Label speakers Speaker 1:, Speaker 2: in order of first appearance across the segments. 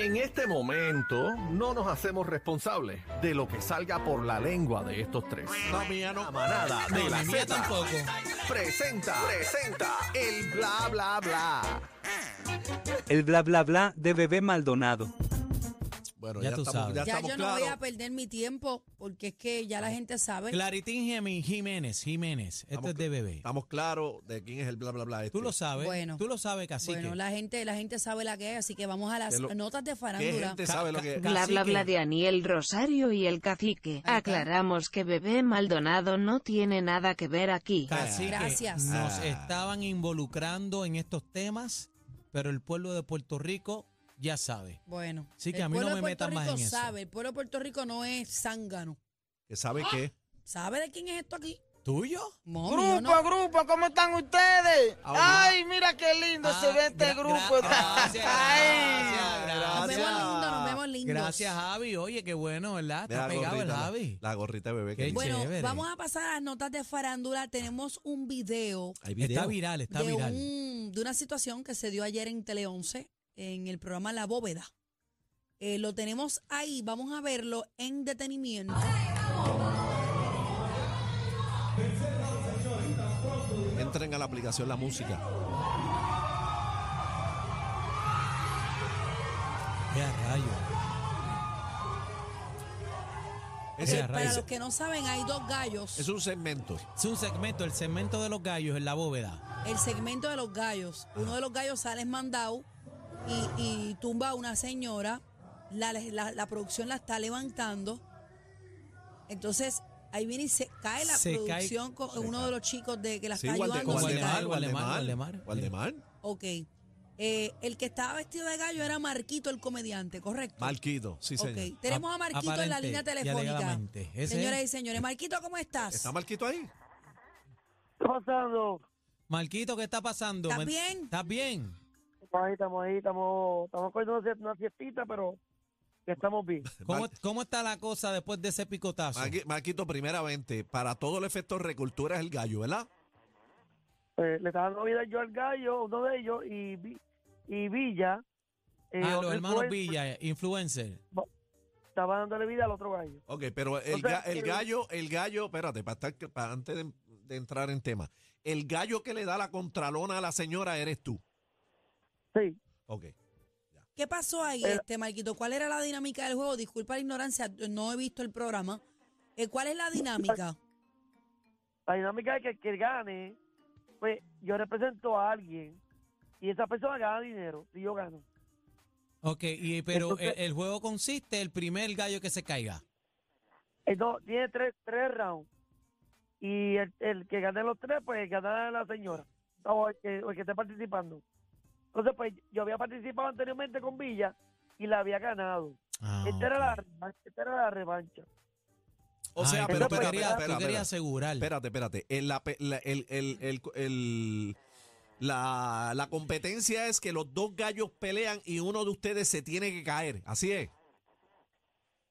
Speaker 1: En este momento no nos hacemos responsables de lo que salga por la lengua de estos tres. La manada de la Z presenta, presenta el bla bla bla.
Speaker 2: El bla bla bla de bebé Maldonado.
Speaker 3: Bueno,
Speaker 4: Ya
Speaker 3: ya,
Speaker 4: tú
Speaker 3: estamos,
Speaker 4: sabes.
Speaker 3: ya
Speaker 5: Ya
Speaker 3: estamos
Speaker 5: yo no
Speaker 3: claros.
Speaker 5: voy a perder mi tiempo porque es que ya la gente sabe.
Speaker 4: Claritín Jimé- Jiménez, Jiménez, este
Speaker 3: Estamos
Speaker 4: es de bebé.
Speaker 3: Estamos claros de quién es el bla bla bla. este.
Speaker 4: Tú lo sabes,
Speaker 5: Bueno.
Speaker 4: tú lo sabes, cacique.
Speaker 5: bueno, la gente, la gente sabe la que es, así que vamos a las
Speaker 3: Que lo-
Speaker 5: notas de
Speaker 3: ¿Qué
Speaker 5: farándula.
Speaker 3: gente
Speaker 4: Ca-
Speaker 3: sabe lo
Speaker 4: ca-
Speaker 3: que
Speaker 4: ca-
Speaker 6: Bla bla
Speaker 4: Cacique.
Speaker 6: bla de Aniel Rosario y el cacique.
Speaker 5: está.
Speaker 6: Aclaramos que bebé Maldonado no tiene nada que ver aquí.
Speaker 4: Cacique,
Speaker 5: Gracias.
Speaker 4: Nos
Speaker 3: Ah.
Speaker 4: estaban involucrando en estos temas, pero el pueblo de Puerto Rico ya sabe.
Speaker 5: Bueno,
Speaker 4: Sí, que
Speaker 5: el
Speaker 4: a mí no
Speaker 5: pueblo
Speaker 4: me
Speaker 5: de Puerto
Speaker 4: metan más
Speaker 5: Rico
Speaker 4: en eso.
Speaker 5: sabe, el pueblo de Puerto Rico no es zángano.
Speaker 3: que sabe qué?
Speaker 5: ¿Sabe de quién es esto aquí?
Speaker 4: ¿Tuyo?
Speaker 5: No, mío
Speaker 7: Grupo,
Speaker 5: no.
Speaker 7: grupo, ¿cómo están ustedes?
Speaker 3: Ah,
Speaker 7: Ay, mira qué lindo se
Speaker 4: Ah,
Speaker 7: ve este
Speaker 4: gra-
Speaker 7: grupo.
Speaker 4: gra- Gracias,
Speaker 7: Ay.
Speaker 4: gracias,
Speaker 5: Nos
Speaker 4: gracias.
Speaker 5: vemos lindos, nos vemos lindos.
Speaker 4: Gracias, Javi. Oye, qué bueno, ¿verdad?
Speaker 3: Mira
Speaker 4: Está pegado el
Speaker 3: la-
Speaker 4: Javi.
Speaker 3: La gorrita de bebé.
Speaker 4: Qué
Speaker 3: Que
Speaker 4: bueno.
Speaker 5: Bueno,
Speaker 4: Chévere.
Speaker 5: vamos a pasar a las notas de farándula. Tenemos un video,
Speaker 3: Hay
Speaker 4: Está
Speaker 3: video.
Speaker 4: viral, está
Speaker 5: de,
Speaker 4: viral.
Speaker 5: un- de una situación que se dio ayer en Tele 11 en el programa La Bóveda. Eh, lo tenemos ahí, vamos a verlo en detenimiento.
Speaker 4: Ah,
Speaker 3: Entren a la aplicación la música.
Speaker 4: Qué a rayo.
Speaker 3: Es,
Speaker 4: Ea,
Speaker 3: es
Speaker 4: raíz.
Speaker 5: Para los que no saben, hay dos gallos.
Speaker 3: un segmento.
Speaker 4: Es un segmento, el segmento de los gallos en la bóveda.
Speaker 5: El segmento de los gallos. Uno de los gallos sale mandado y, y tumba a una señora. La, la- la producción la está levantando. Entonces, ahí viene y se cae la
Speaker 4: Se cae-
Speaker 5: producción con uno de los chicos de que la
Speaker 3: Sí,
Speaker 5: está
Speaker 4: Este,
Speaker 3: Walde-
Speaker 5: ayudando. se
Speaker 4: Waldemar,
Speaker 3: Waldemar,
Speaker 5: cae.
Speaker 4: Waldemar,
Speaker 3: Waldemar.
Speaker 4: Waldemar.
Speaker 3: Waldemar.
Speaker 5: Ok. Eh, el que estaba vestido de gallo era Marquito, el comediante, ¿correcto?
Speaker 3: Marquito, sí
Speaker 5: Ok.
Speaker 3: señor.
Speaker 5: Tenemos a Marquito en la
Speaker 4: Aparente
Speaker 5: línea
Speaker 4: y
Speaker 5: telefónica.
Speaker 4: alegadamente. Ese es.
Speaker 5: Señoras y señores, Marquito, ¿cómo estás?
Speaker 3: ¿Está Marquito ahí?
Speaker 7: ¿Qué pasando?
Speaker 4: Marquito, ¿qué está pasando? Me-
Speaker 5: ¿Estás bien?
Speaker 4: ¿Estás bien?
Speaker 7: Ahí estamos, ahí estamos, estamos cogiendo una, una fiestita, pero que estamos bien.
Speaker 4: ¿Cómo,
Speaker 3: Mar-
Speaker 4: cómo está la cosa después de ese picotazo?
Speaker 3: Marqui- Marquito, primeramente, para todo el efecto recultura es el gallo, ¿verdad?
Speaker 7: Eh, le estaba dando vida yo al gallo, uno de ellos, y, Vi- y Villa. eh,
Speaker 4: ah,
Speaker 7: otro
Speaker 4: los hermanos
Speaker 7: influencer,
Speaker 4: Villa, influencer.
Speaker 7: Estaba dándole vida al otro gallo.
Speaker 3: Ok, pero el,
Speaker 7: O sea,
Speaker 3: ga- el
Speaker 7: el-
Speaker 3: gallo, el gallo, espérate, para estar, que- para antes de, de entrar en tema, el gallo que le da la contralona a la señora eres tú.
Speaker 7: Sí.
Speaker 3: Ok.
Speaker 5: ¿Qué pasó ahí,
Speaker 7: Pero-
Speaker 5: este Marquito? ¿Cuál era la dinámica del juego? Disculpa la ignorancia, no he visto el programa. Eh, ¿Cuál es la dinámica?
Speaker 7: La dinámica es que el que gane, pues yo represento a alguien y esa persona gana dinero y yo gano.
Speaker 4: Ok, y, pero eh,
Speaker 7: Entonces-
Speaker 4: el, el juego consiste el primer gallo que se caiga.
Speaker 7: Eh, no, tiene tres, tres rounds. Y el, el que gane los tres, pues gana la señora. O el que, o el que esté participando. Entonces, pues yo había participado anteriormente con Villa y la había ganado.
Speaker 4: Ah,
Speaker 7: esta, Este era
Speaker 4: ok.
Speaker 7: la, revancha- esta era la revancha.
Speaker 3: O
Speaker 4: Ay,
Speaker 3: sea, pero
Speaker 4: tú
Speaker 3: espérate,
Speaker 4: querías,
Speaker 3: espérate,
Speaker 4: tú querías
Speaker 3: espérate,
Speaker 4: asegurar.
Speaker 3: espérate, espérate. El- la, pe- la- el- el- el- el- la- la competencia es que los dos gallos pelean y uno de ustedes se tiene que caer. Así es.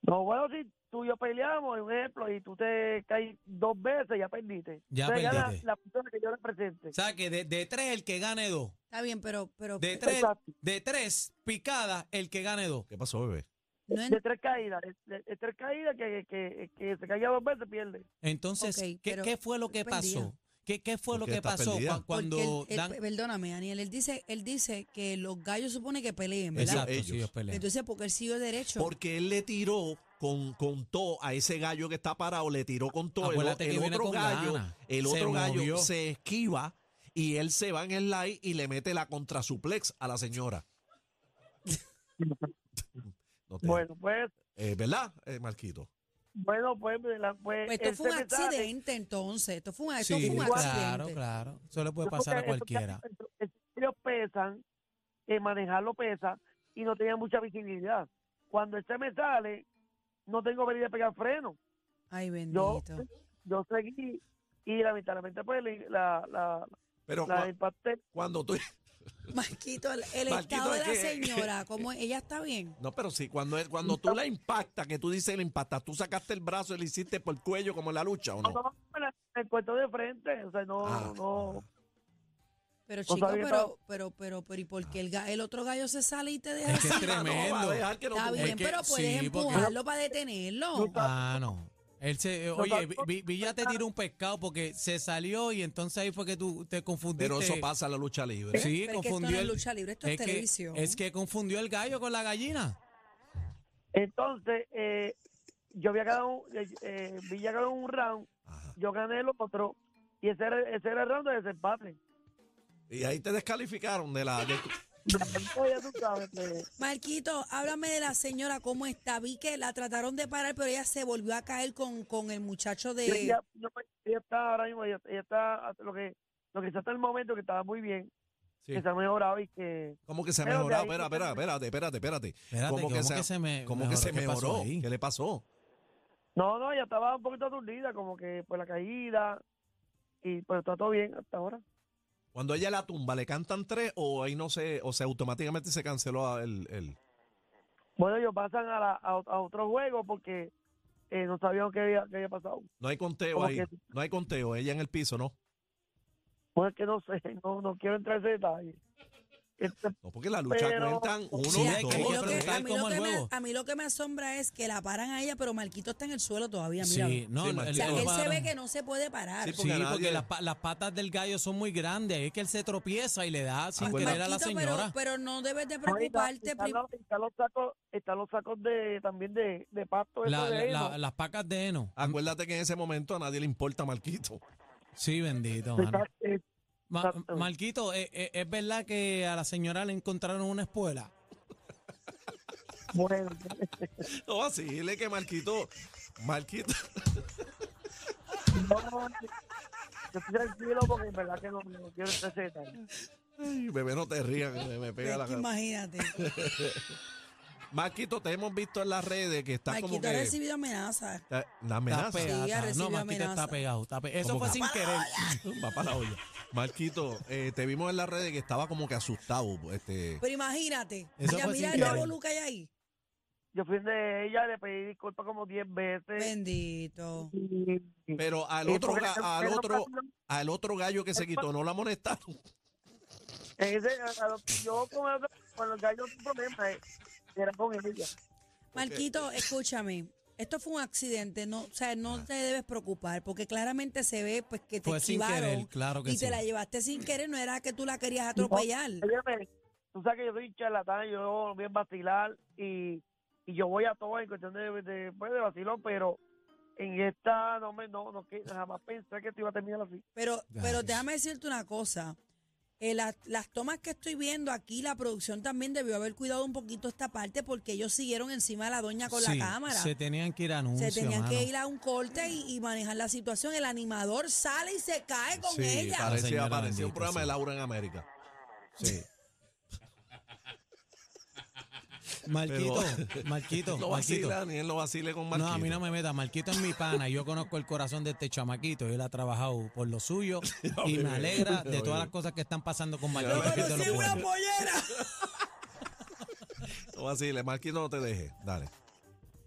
Speaker 7: No, bueno, si tú y yo peleamos, un ejemplo, y tú te caes dos veces, ya perdiste.
Speaker 4: Ya
Speaker 7: Entonces, gana
Speaker 4: perdiste.
Speaker 7: la persona que yo represente.
Speaker 4: O sea, que de, de tres el que gane dos.
Speaker 5: Está bien, pero, pero
Speaker 4: De tres,
Speaker 7: Exacto.
Speaker 4: de tres picadas el que gane dos.
Speaker 3: ¿Qué pasó, bebé?
Speaker 5: no
Speaker 7: De
Speaker 5: en-
Speaker 7: tres caídas. De, de- de tres caídas que, que, que se caiga dos veces, pierde.
Speaker 4: Entonces,
Speaker 5: Ok,
Speaker 4: ¿qué,
Speaker 5: pero
Speaker 4: qué fue lo que
Speaker 5: estoy perdida.
Speaker 4: pasó? ¿Qué, qué fue
Speaker 3: ¿Por
Speaker 4: lo
Speaker 3: qué
Speaker 4: que
Speaker 3: estás
Speaker 4: pasó
Speaker 3: perdida?
Speaker 4: cua- cuando
Speaker 5: porque él- él-
Speaker 4: dan...
Speaker 5: perdóname, Daniel, él dice, él dice que los gallos supone que peleen, ¿verdad?
Speaker 4: Exacto,
Speaker 3: Ellos,
Speaker 4: sí, ellos pelean.
Speaker 5: Entonces, porque él siguió derecho.
Speaker 3: Porque él le tiró con, con todo a ese gallo que está parado, le tiró con todo. El,
Speaker 4: Acuérdate que
Speaker 3: el
Speaker 4: viene
Speaker 3: otro
Speaker 4: con
Speaker 3: gallo,
Speaker 4: ganas.
Speaker 3: el
Speaker 4: Se
Speaker 3: otro gallo
Speaker 4: movió.
Speaker 3: se esquiva y él se va en el live y le mete la contrasuplex a la señora. No te-
Speaker 7: Bueno, pues,
Speaker 3: eh, ¿Verdad, eh, Marquito?
Speaker 7: bueno, pues, la- pues,
Speaker 5: Pues esto
Speaker 7: él
Speaker 5: fue un
Speaker 7: se me sale.
Speaker 5: accidente entonces, esto fue un, ah, esto
Speaker 4: sí,
Speaker 5: fue un
Speaker 4: claro,
Speaker 5: accidente.
Speaker 4: claro. Eso le puede
Speaker 7: Yo
Speaker 4: pasar a
Speaker 7: creo que eso-
Speaker 4: cualquiera.
Speaker 7: eso- eso- Ellos pesan eh, manejarlo pesa y no tenía mucha visibilidad. Cuando este me sale, no tengo venir de pegar freno.
Speaker 5: Ay,
Speaker 7: Yo,
Speaker 5: bendito.
Speaker 7: yo seguí y lamentablemente pues le- la, la,
Speaker 3: Pero
Speaker 7: la
Speaker 3: cua-
Speaker 7: impacté.
Speaker 3: cuando tú...
Speaker 5: Marquito, el, el
Speaker 3: Marquito,
Speaker 5: estado de
Speaker 3: es
Speaker 5: la
Speaker 3: que-
Speaker 5: señora, ¿cómo es? ella está bien.
Speaker 3: No, pero sí, cuando, es- cuando tú la impactas, que tú dices la impactas, tú sacaste el brazo y le hiciste por el cuello como en la lucha, ¿o
Speaker 7: No,
Speaker 3: no?
Speaker 7: no, me la me encuentro de frente, o sea, no,
Speaker 3: Ah.
Speaker 7: no.
Speaker 5: Pero
Speaker 7: sea,
Speaker 5: chico,
Speaker 7: que está-
Speaker 5: pero, pero, pero, pero, ¿y por qué el, ga- el otro gallo se sale y te deja
Speaker 4: Es que es
Speaker 5: así?
Speaker 4: tremendo.
Speaker 3: va a
Speaker 4: Ah,
Speaker 3: dejar que no
Speaker 5: Está
Speaker 3: tú-
Speaker 5: bien,
Speaker 4: es que-
Speaker 5: pero puedes
Speaker 4: sí, porque-
Speaker 5: empujarlo para detenerlo.
Speaker 4: Ah, no. Él se, eh,
Speaker 7: No,
Speaker 4: oye,
Speaker 7: no, no.
Speaker 4: Vi- Villa te tiró un pescado porque se salió y entonces ahí fue que tú te confundiste.
Speaker 3: Pero eso pasa en la lucha libre.
Speaker 4: Sí,
Speaker 5: Pero es que esto
Speaker 4: confundió.
Speaker 5: no es
Speaker 4: el-
Speaker 5: lucha libre, esto es televisión.
Speaker 4: Que, es que confundió el gallo con la gallina.
Speaker 7: Entonces, eh, yo había ganado, eh, eh, Villa ganó un round,
Speaker 3: Ajá.
Speaker 7: yo gané el otro, y ese era, ese era el round de desempate.
Speaker 3: Y ahí te descalificaron de la... de-
Speaker 7: Ya tú sabes, eh,
Speaker 5: Marquito, háblame de la señora, ¿cómo está? Vi que la trataron de parar, pero ella se volvió a caer con, con el muchacho de...
Speaker 7: ella, no, ella está ahora mismo, ella, ella está, lo que, lo que está hasta el momento, que estaba muy bien,
Speaker 3: Sí.
Speaker 7: que se ha mejorado y que...
Speaker 3: ¿Cómo que se ha
Speaker 7: Pero de
Speaker 3: mejorado?
Speaker 7: ahí-
Speaker 3: Espera, espera, espérate, espérate, espérate.
Speaker 4: Espérate,
Speaker 3: ¿Cómo que se-
Speaker 4: me
Speaker 3: ¿Cómo que se
Speaker 4: ¿Qué pasó
Speaker 3: mejoró?
Speaker 4: ahí?
Speaker 3: ¿Qué le pasó?
Speaker 7: No, no, ella estaba un poquito aturdida, como que por la caída, y pues está todo bien hasta ahora.
Speaker 3: Cuando ella la tumba, ¿le cantan tres o ahí no se, o sea, automáticamente se canceló el, el-
Speaker 7: Bueno, ellos pasan a, la, a, a otro juego porque eh, no sabían qué había, qué había pasado.
Speaker 3: No hay conteo
Speaker 7: ¿Cómo
Speaker 3: ahí,
Speaker 7: que?
Speaker 3: no hay conteo, ella en el piso, ¿no?
Speaker 7: Pues es que no sé, no, no quiero entrar en ese detalle. Este,
Speaker 3: No, porque la lucha
Speaker 7: Pero-
Speaker 3: cuentan uno,
Speaker 4: Sí, hay
Speaker 3: dos,
Speaker 4: que- hay que
Speaker 5: Lo que-
Speaker 3: tres.
Speaker 5: a,
Speaker 4: preguntar
Speaker 5: mí
Speaker 4: cómo
Speaker 5: lo que
Speaker 4: el
Speaker 5: me,
Speaker 4: juego.
Speaker 5: a mí lo que me asombra es que la paran a ella, pero Marquito está en el suelo todavía, mira.
Speaker 4: Sí, no,
Speaker 3: Sí,
Speaker 4: el-
Speaker 5: o
Speaker 4: el-
Speaker 5: sea,
Speaker 4: lo
Speaker 5: que él se
Speaker 4: pararon.
Speaker 5: ve que no se puede parar.
Speaker 3: Sí,
Speaker 4: Sí, porque,
Speaker 3: nadie-
Speaker 4: las, pa- las patas del gallo son muy grandes. Es que él se tropieza y le da sin
Speaker 3: Acuérdate.
Speaker 4: querer a la
Speaker 5: Marquito, pero, pues,
Speaker 4: señora.
Speaker 5: pero no debes de
Speaker 7: ahorita
Speaker 5: preocuparte.
Speaker 7: Están
Speaker 5: prim-
Speaker 7: los, están los sacos, están los sacos de, también de, de pasto. eso
Speaker 4: La-
Speaker 7: de
Speaker 4: la-
Speaker 7: ahí,
Speaker 4: la-
Speaker 7: ¿no?
Speaker 4: las pacas de heno.
Speaker 3: Acuérdate que en ese momento a nadie le importa Marquito.
Speaker 4: Sí, bendito.
Speaker 7: De
Speaker 4: mano.
Speaker 7: sac- eh,
Speaker 4: Ma-
Speaker 7: Exacto.
Speaker 4: Marquito, ¿eh, eh, ¿es verdad que a la señora le encontraron una espuela?
Speaker 7: bueno,
Speaker 3: No, así le que Marquito, Marquito,
Speaker 7: no, no, yo estoy tranquilo porque en verdad que no, no quiero entrar en ese detalle.
Speaker 3: Ay, bebé no te rías, que me, me
Speaker 5: Es
Speaker 3: pega la
Speaker 5: que
Speaker 3: cara.
Speaker 5: imagínate.
Speaker 3: Marquito, te hemos visto en las redes que estás como
Speaker 5: Marquito
Speaker 3: que...
Speaker 5: ha recibido amenazas.
Speaker 3: está- la
Speaker 4: Está
Speaker 3: amenaza.
Speaker 4: pegada,
Speaker 5: Sí, ha
Speaker 4: está-
Speaker 5: recibido
Speaker 4: no, Marquito está
Speaker 5: amenaza.
Speaker 4: pegado. está pe- Eso
Speaker 3: ¿Cómo
Speaker 4: fue
Speaker 3: que?
Speaker 4: sin querer.
Speaker 3: Va para la olla. Marquito, eh, te vimos en las redes que estaba como que asustado. Este,
Speaker 5: Pero imagínate.
Speaker 4: Eso
Speaker 5: mira,
Speaker 4: fue
Speaker 5: mira
Speaker 4: sin
Speaker 5: el
Speaker 4: querer.
Speaker 5: revolú que hay ahí.
Speaker 7: Yo fui de ella, le pedí disculpas como 10 veces.
Speaker 5: Bendito.
Speaker 7: y- y-
Speaker 3: pero al
Speaker 7: y
Speaker 3: otro,
Speaker 7: porque
Speaker 3: ga-
Speaker 7: el-
Speaker 3: al
Speaker 7: el
Speaker 3: otro,
Speaker 7: ocasión-
Speaker 3: al otro gallo que se quitó, no la amonestaron.
Speaker 7: en ese- a- a lo- yo con, el otro- con los gallos tuve un problema, eh, era con ella.
Speaker 5: Marquito, escúchame. Esto fue un accidente, no, o sea, no te debes preocupar, porque claramente se ve pues que te
Speaker 4: Ah. Fue sin querer,
Speaker 5: esquivaron
Speaker 4: claro que
Speaker 5: y
Speaker 4: sí.
Speaker 5: te la llevaste sin querer, no era que tú la querías atropellar.
Speaker 7: Óyeme, tú sabes que yo soy charlatán, yo voy a vacilar y, y yo voy a todo en cuestión de, de, pues, de vacilón, pero en esta no me no, no que- jamás pensé que esto iba a terminar así.
Speaker 5: Pero,
Speaker 4: Ay.
Speaker 5: pero déjame decirte una cosa. Eh, las, las tomas que estoy viendo aquí, la producción también debió haber cuidado un poquito esta parte porque ellos siguieron encima de la doña con
Speaker 4: Sí,
Speaker 5: la cámara.
Speaker 4: Se
Speaker 5: Se,
Speaker 4: tenían que ir a anuncios.
Speaker 5: tenían que
Speaker 4: mano.
Speaker 5: ir a un corte y, y manejar la situación. El animador sale y se cae con ella.
Speaker 4: claro. La
Speaker 3: parecía,
Speaker 4: señora
Speaker 3: parecía un
Speaker 4: bendita,
Speaker 3: programa
Speaker 4: sí.
Speaker 3: de Laura en América. Sí.
Speaker 4: Marquito, Marquito,
Speaker 3: No
Speaker 4: Marquito.
Speaker 3: vacila, ni él lo vacile con Marquito.
Speaker 4: No, a mí no me meta. Marquito es mi pana. Yo conozco el corazón de este chamaquito. Él ha trabajado por lo suyo y me alegra de todas las cosas que están pasando con Marquito.
Speaker 5: Yo
Speaker 4: Marquito
Speaker 5: conocí
Speaker 4: lo
Speaker 5: una
Speaker 4: puede.
Speaker 5: pollera.
Speaker 3: No vacile, Marquito no te deje. Dale.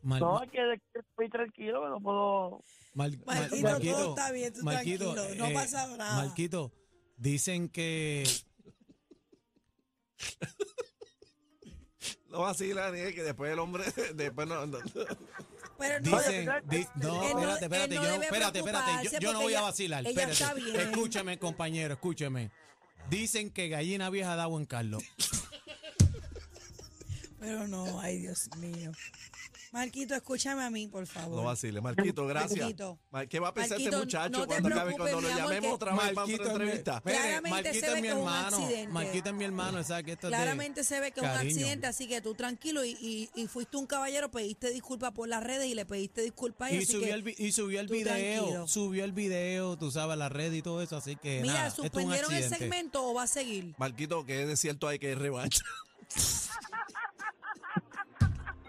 Speaker 4: Mar-
Speaker 7: No, es que estoy tranquilo, no puedo.
Speaker 4: Mar- Mar-
Speaker 5: Marquito, todo está bien, tú tranquilo, no ha pasado nada.
Speaker 4: eh, Marquito, dicen que
Speaker 3: No vacila, ni él, que después el hombre, después no, no-
Speaker 5: Pero no,
Speaker 4: Dicen,
Speaker 7: Oye,
Speaker 4: di- no,
Speaker 5: él no-
Speaker 4: espérate, espérate,
Speaker 5: él no
Speaker 4: yo,
Speaker 5: debe
Speaker 4: espérate, espérate, yo, yo
Speaker 5: preocuparse
Speaker 4: no
Speaker 5: porque
Speaker 4: voy a
Speaker 5: ella-
Speaker 4: vacilar,
Speaker 5: ella
Speaker 4: espérate.
Speaker 5: está bien.
Speaker 4: Escúchame, compañero, escúchame. Dicen que gallina vieja da buen Carlos.
Speaker 5: pero no, ay Dios mío. Marquito, escúchame a mí, por favor.
Speaker 3: No vacile, Marquito, gracias.
Speaker 5: Marquito.
Speaker 3: Mar- ¿Qué va a pensar
Speaker 5: Marquito,
Speaker 3: este muchacho
Speaker 5: no te
Speaker 3: cuando acabe,
Speaker 5: preocupes,
Speaker 3: cuando lo
Speaker 5: mi amor,
Speaker 3: llamemos
Speaker 5: que-
Speaker 3: otra vez para otra
Speaker 4: es mi-
Speaker 3: entrevista?
Speaker 4: Mire,
Speaker 5: Claramente
Speaker 4: Marquito
Speaker 5: se ve
Speaker 4: es mi
Speaker 5: que hubo un
Speaker 4: hermano.
Speaker 5: accidente.
Speaker 4: Marquito es mi hermano, o sea, que esto es de-
Speaker 5: Claramente se ve que es un
Speaker 4: cariño.
Speaker 5: accidente, así que tú tranquilo y, y- y fuiste un caballero, pediste disculpas por las redes y le pediste disculpas. a ella,
Speaker 4: Y
Speaker 5: así
Speaker 4: subió,
Speaker 5: que
Speaker 4: el, vi- y subió el
Speaker 5: tú
Speaker 4: video,
Speaker 5: tranquilo.
Speaker 4: subió el video, tú sabes, la red y todo eso, así que
Speaker 5: Mira,
Speaker 4: nada, esto es un
Speaker 5: ¿suspendieron el
Speaker 4: accidente.
Speaker 5: segmento o va a seguir?
Speaker 3: Marquito, que es de cierto hay que revancha.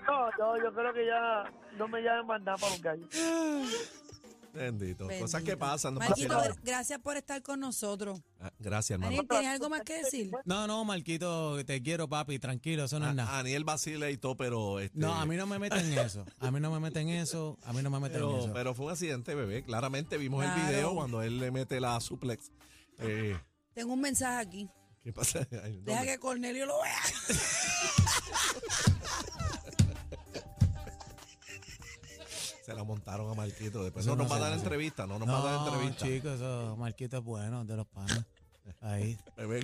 Speaker 7: No, no, yo creo que ya no me llamen más nada para los gallos.
Speaker 3: Bendito. Cosas
Speaker 5: Bendito.
Speaker 3: que pasan. No
Speaker 5: Marquito,
Speaker 3: pasa nada.
Speaker 5: gracias por estar con nosotros.
Speaker 3: Ah, gracias, hermano.
Speaker 5: Daniel, ¿tienes algo más que decir?
Speaker 4: No, no, Marquito, te quiero, papi, tranquilo, eso no es nada.
Speaker 3: A- Aniel vacila y todo, pero... Este,
Speaker 4: No, a mí no me meten eso, a mí no me meten eso, a mí no me meten
Speaker 3: Pero,
Speaker 4: eso.
Speaker 3: pero fue un accidente, bebé. Claramente vimos el
Speaker 5: Claro.
Speaker 3: video cuando él le mete la suplex. Eh,
Speaker 5: Tengo un mensaje aquí.
Speaker 3: ¿Qué pasa? Ay, no,
Speaker 5: Deja
Speaker 3: me-
Speaker 5: que Cornelio lo vea.
Speaker 3: Se la montaron a Marquito. Después no, nos va a dar entrevista. No nos va a dar
Speaker 4: No,
Speaker 3: entrevista.
Speaker 4: chicos, eso, Marquito es bueno, de los panas. Ahí,
Speaker 3: Bebé,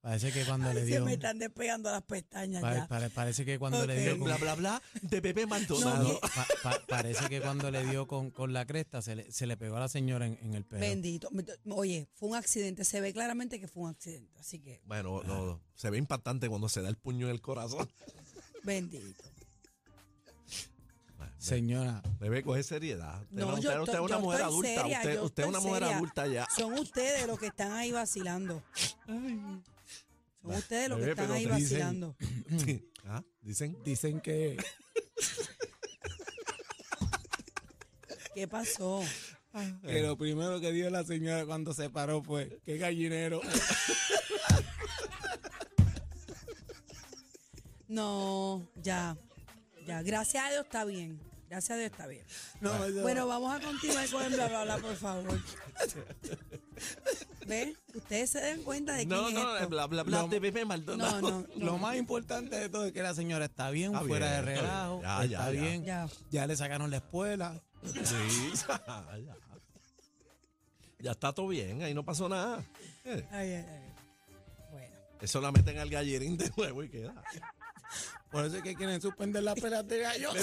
Speaker 4: parece que cuando le
Speaker 5: Se
Speaker 4: dio...
Speaker 5: me están despegando las pestañas
Speaker 4: pa-
Speaker 5: ya.
Speaker 4: pare- parece que cuando le
Speaker 5: Ok.
Speaker 4: dio... con-
Speaker 3: bla, bla, bla, de bebé
Speaker 4: No,
Speaker 3: Maldonado.
Speaker 4: pa- pa- parece que cuando le dio con, con la cresta se le, se le pegó a la señora en, en el pelo.
Speaker 5: Bendito. Oye, fue un accidente. Se ve claramente que fue un accidente. Así que,
Speaker 3: Bueno, no, no. se ve impactante cuando se da el puño en el corazón.
Speaker 5: bendito.
Speaker 4: Señora,
Speaker 3: Bebé, coge seriedad. Usted, no- usted-
Speaker 5: to-
Speaker 3: usted es una mujer
Speaker 5: estoy
Speaker 3: adulta.
Speaker 5: seria,
Speaker 3: usted
Speaker 5: yo
Speaker 3: usted es una
Speaker 5: estoy
Speaker 3: mujer
Speaker 5: seria.
Speaker 3: adulta ya.
Speaker 5: Son ustedes los que están ahí vacilando. Son ustedes los que
Speaker 3: Bebé,
Speaker 5: están
Speaker 3: pero
Speaker 5: ahí
Speaker 3: te dicen-
Speaker 5: vacilando.
Speaker 3: Sí. Ah, Dicen,
Speaker 4: dicen que...
Speaker 5: ¿Qué pasó?
Speaker 4: Que lo primero que dio la señora cuando se paró fue, qué gallinero.
Speaker 5: No, ya. Ya, gracias a Dios está bien. Gracias a Dios está bien. Ah.
Speaker 4: No, eso-
Speaker 5: Bueno, vamos a continuar con el bla bla bla, por favor. ¿Ven? Ustedes se den cuenta de quién
Speaker 3: no,
Speaker 5: es
Speaker 3: no,
Speaker 5: esto.
Speaker 3: bla, bla, bla,
Speaker 4: Lo-
Speaker 3: de bebé
Speaker 5: no,
Speaker 3: Maldonado.
Speaker 5: no, no.
Speaker 4: lo más importante de todo es que la señora está bien,
Speaker 3: Está
Speaker 4: fuera
Speaker 3: bien,
Speaker 4: de
Speaker 3: está
Speaker 4: relajo,
Speaker 3: bien.
Speaker 4: está
Speaker 3: Ya, ya, ya.
Speaker 4: bien.
Speaker 5: Ya.
Speaker 4: Ya le sacaron la espuela.
Speaker 3: Sí. ya, ya. Ya está todo bien, ahí no pasó nada. Eh,
Speaker 5: Ay, ay, ay. Bueno.
Speaker 3: Eso la meten al gallerín de nuevo y queda.
Speaker 4: Por eso es que quieren suspender la pela de gallo.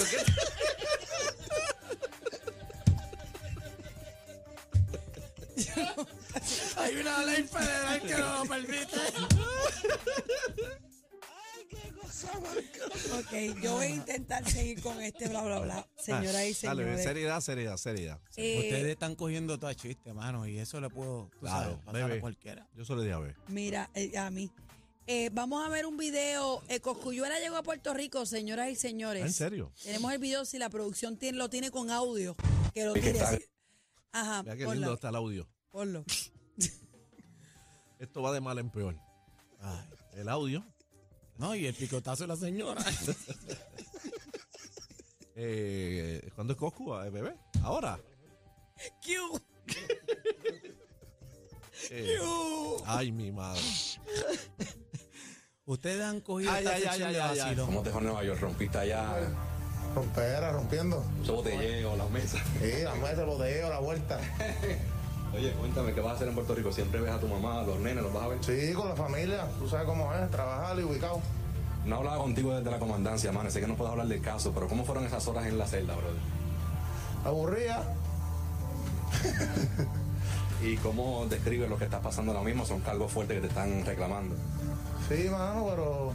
Speaker 4: Hay una ley federal que no lo permite.
Speaker 5: Ok, yo voy a intentar seguir con este bla bla bla. Señora y
Speaker 3: Ah, Dale, bebé,
Speaker 5: señores.
Speaker 3: seriedad, seriedad, seriedad.
Speaker 5: Eh,
Speaker 4: Ustedes están cogiendo todo a chiste, mano, y eso le puedo tú
Speaker 3: Claro,
Speaker 4: sabes, pasar
Speaker 3: bebé.
Speaker 4: a cualquiera.
Speaker 3: Yo solo dije a ver.
Speaker 5: Mira, eh, a mí. Eh, vamos a ver un video. Eh, Cosculluela llegó a Puerto Rico, señoras y señores.
Speaker 3: Ah, ¿En serio?
Speaker 5: Tenemos el video, si la producción tiene, lo tiene con audio, que lo tiene. así. Ajá,
Speaker 3: Mira qué lindo
Speaker 5: ponlo,
Speaker 3: está el audio.
Speaker 5: ponlo.
Speaker 3: Esto va de mal en peor. Ay, el audio.
Speaker 4: No, y el picotazo de la señora.
Speaker 3: Eh, ¿Cuándo es Coscu, eh, bebé? Ahora.
Speaker 5: Q.
Speaker 3: Eh, ay, mi madre.
Speaker 4: Ustedes han cogido
Speaker 3: Ay,
Speaker 4: esta
Speaker 3: ay, ay,
Speaker 4: sección
Speaker 3: ay,
Speaker 4: de
Speaker 3: ay, ay.
Speaker 4: vacilón.
Speaker 8: ¿Cómo te fue en Nueva York? ¿Rompiste allá?
Speaker 9: Rompera, rompiendo.
Speaker 8: Los botelleos, las mesas.
Speaker 9: Sí, la muerte, lo de la vuelta.
Speaker 8: Oye, cuéntame, ¿qué vas a hacer en Puerto Rico? ¿Siempre ves a tu mamá, a los nenes, los vas a ver?
Speaker 9: Sí, con la familia, tú sabes cómo es, trabajar y ubicado.
Speaker 8: No hablaba contigo desde la comandancia, man. Sé que no puedo hablar del caso, pero ¿cómo fueron esas horas en la celda, brother?
Speaker 9: Aburrida.
Speaker 8: ¿Y cómo describes lo que estás pasando ahora mismo? Son cargos fuertes que te están reclamando.
Speaker 9: Sí, mano, pero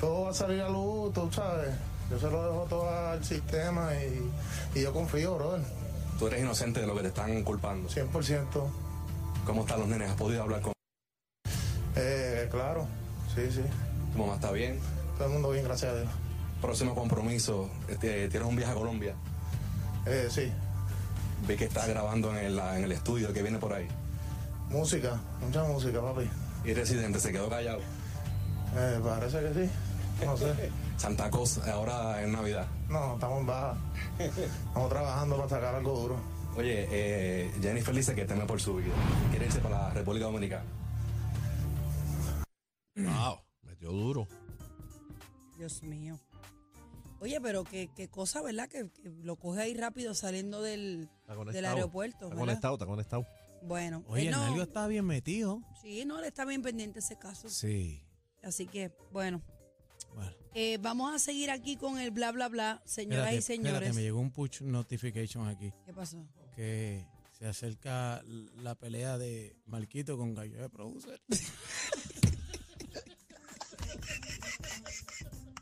Speaker 9: todo va a salir a luz, tú sabes. Yo se lo dejo todo al sistema y, y yo confío, brother.
Speaker 8: Tú eres inocente de lo que te están culpando.
Speaker 9: 100%.
Speaker 8: ¿Cómo están los nenes? ¿Has podido hablar con
Speaker 9: Eh, claro, sí, sí.
Speaker 8: tu mamá? ¿Está bien?
Speaker 9: Todo el mundo bien, gracias a Dios.
Speaker 8: Próximo compromiso, este, tienes un viaje a Colombia.
Speaker 9: Eh, sí,
Speaker 8: Vi que estás grabando en el, en el estudio que viene por ahí.
Speaker 9: música, mucha música, papi.
Speaker 8: Y residente se quedó callado.
Speaker 9: Eh, parece que sí, no sé.
Speaker 8: Santa Cruz, ahora en Navidad.
Speaker 9: No, estamos en baja. Estamos trabajando para sacar algo duro.
Speaker 8: Oye, eh, Jennifer dice que teme por su vida. Quiere irse para la República Dominicana.
Speaker 3: Wow, metió duro.
Speaker 5: Dios mío. Oye, pero qué, qué cosa, ¿verdad? Que, que lo coge ahí rápido saliendo del,
Speaker 3: Está conectado.
Speaker 5: del aeropuerto.
Speaker 3: Está
Speaker 5: ¿verdad?
Speaker 3: conectado, está conectado.
Speaker 5: Bueno,
Speaker 4: Oye,
Speaker 5: eh,
Speaker 4: el
Speaker 5: no,
Speaker 4: nalgo está bien metido.
Speaker 5: sí, no, le está bien pendiente ese caso.
Speaker 4: Sí.
Speaker 5: Así que, bueno, Eh, vamos a seguir aquí con el bla, bla, bla, señoras
Speaker 4: Espérate,
Speaker 5: y señores.
Speaker 4: espérate, me llegó un push notification aquí
Speaker 5: ¿Qué pasó?
Speaker 4: que se acerca la pelea de Marquito con Gallo de Producer.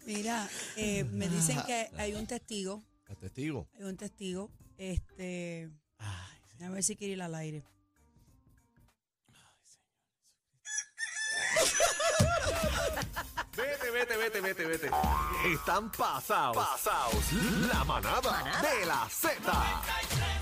Speaker 5: Mira, eh, me dicen que hay un testigo,
Speaker 3: El testigo.
Speaker 5: hay un testigo, este, a ver si quiere ir al aire.
Speaker 1: Vete, vete, vete, vete, vete. Están pasados. Pasados. La manada de la Z.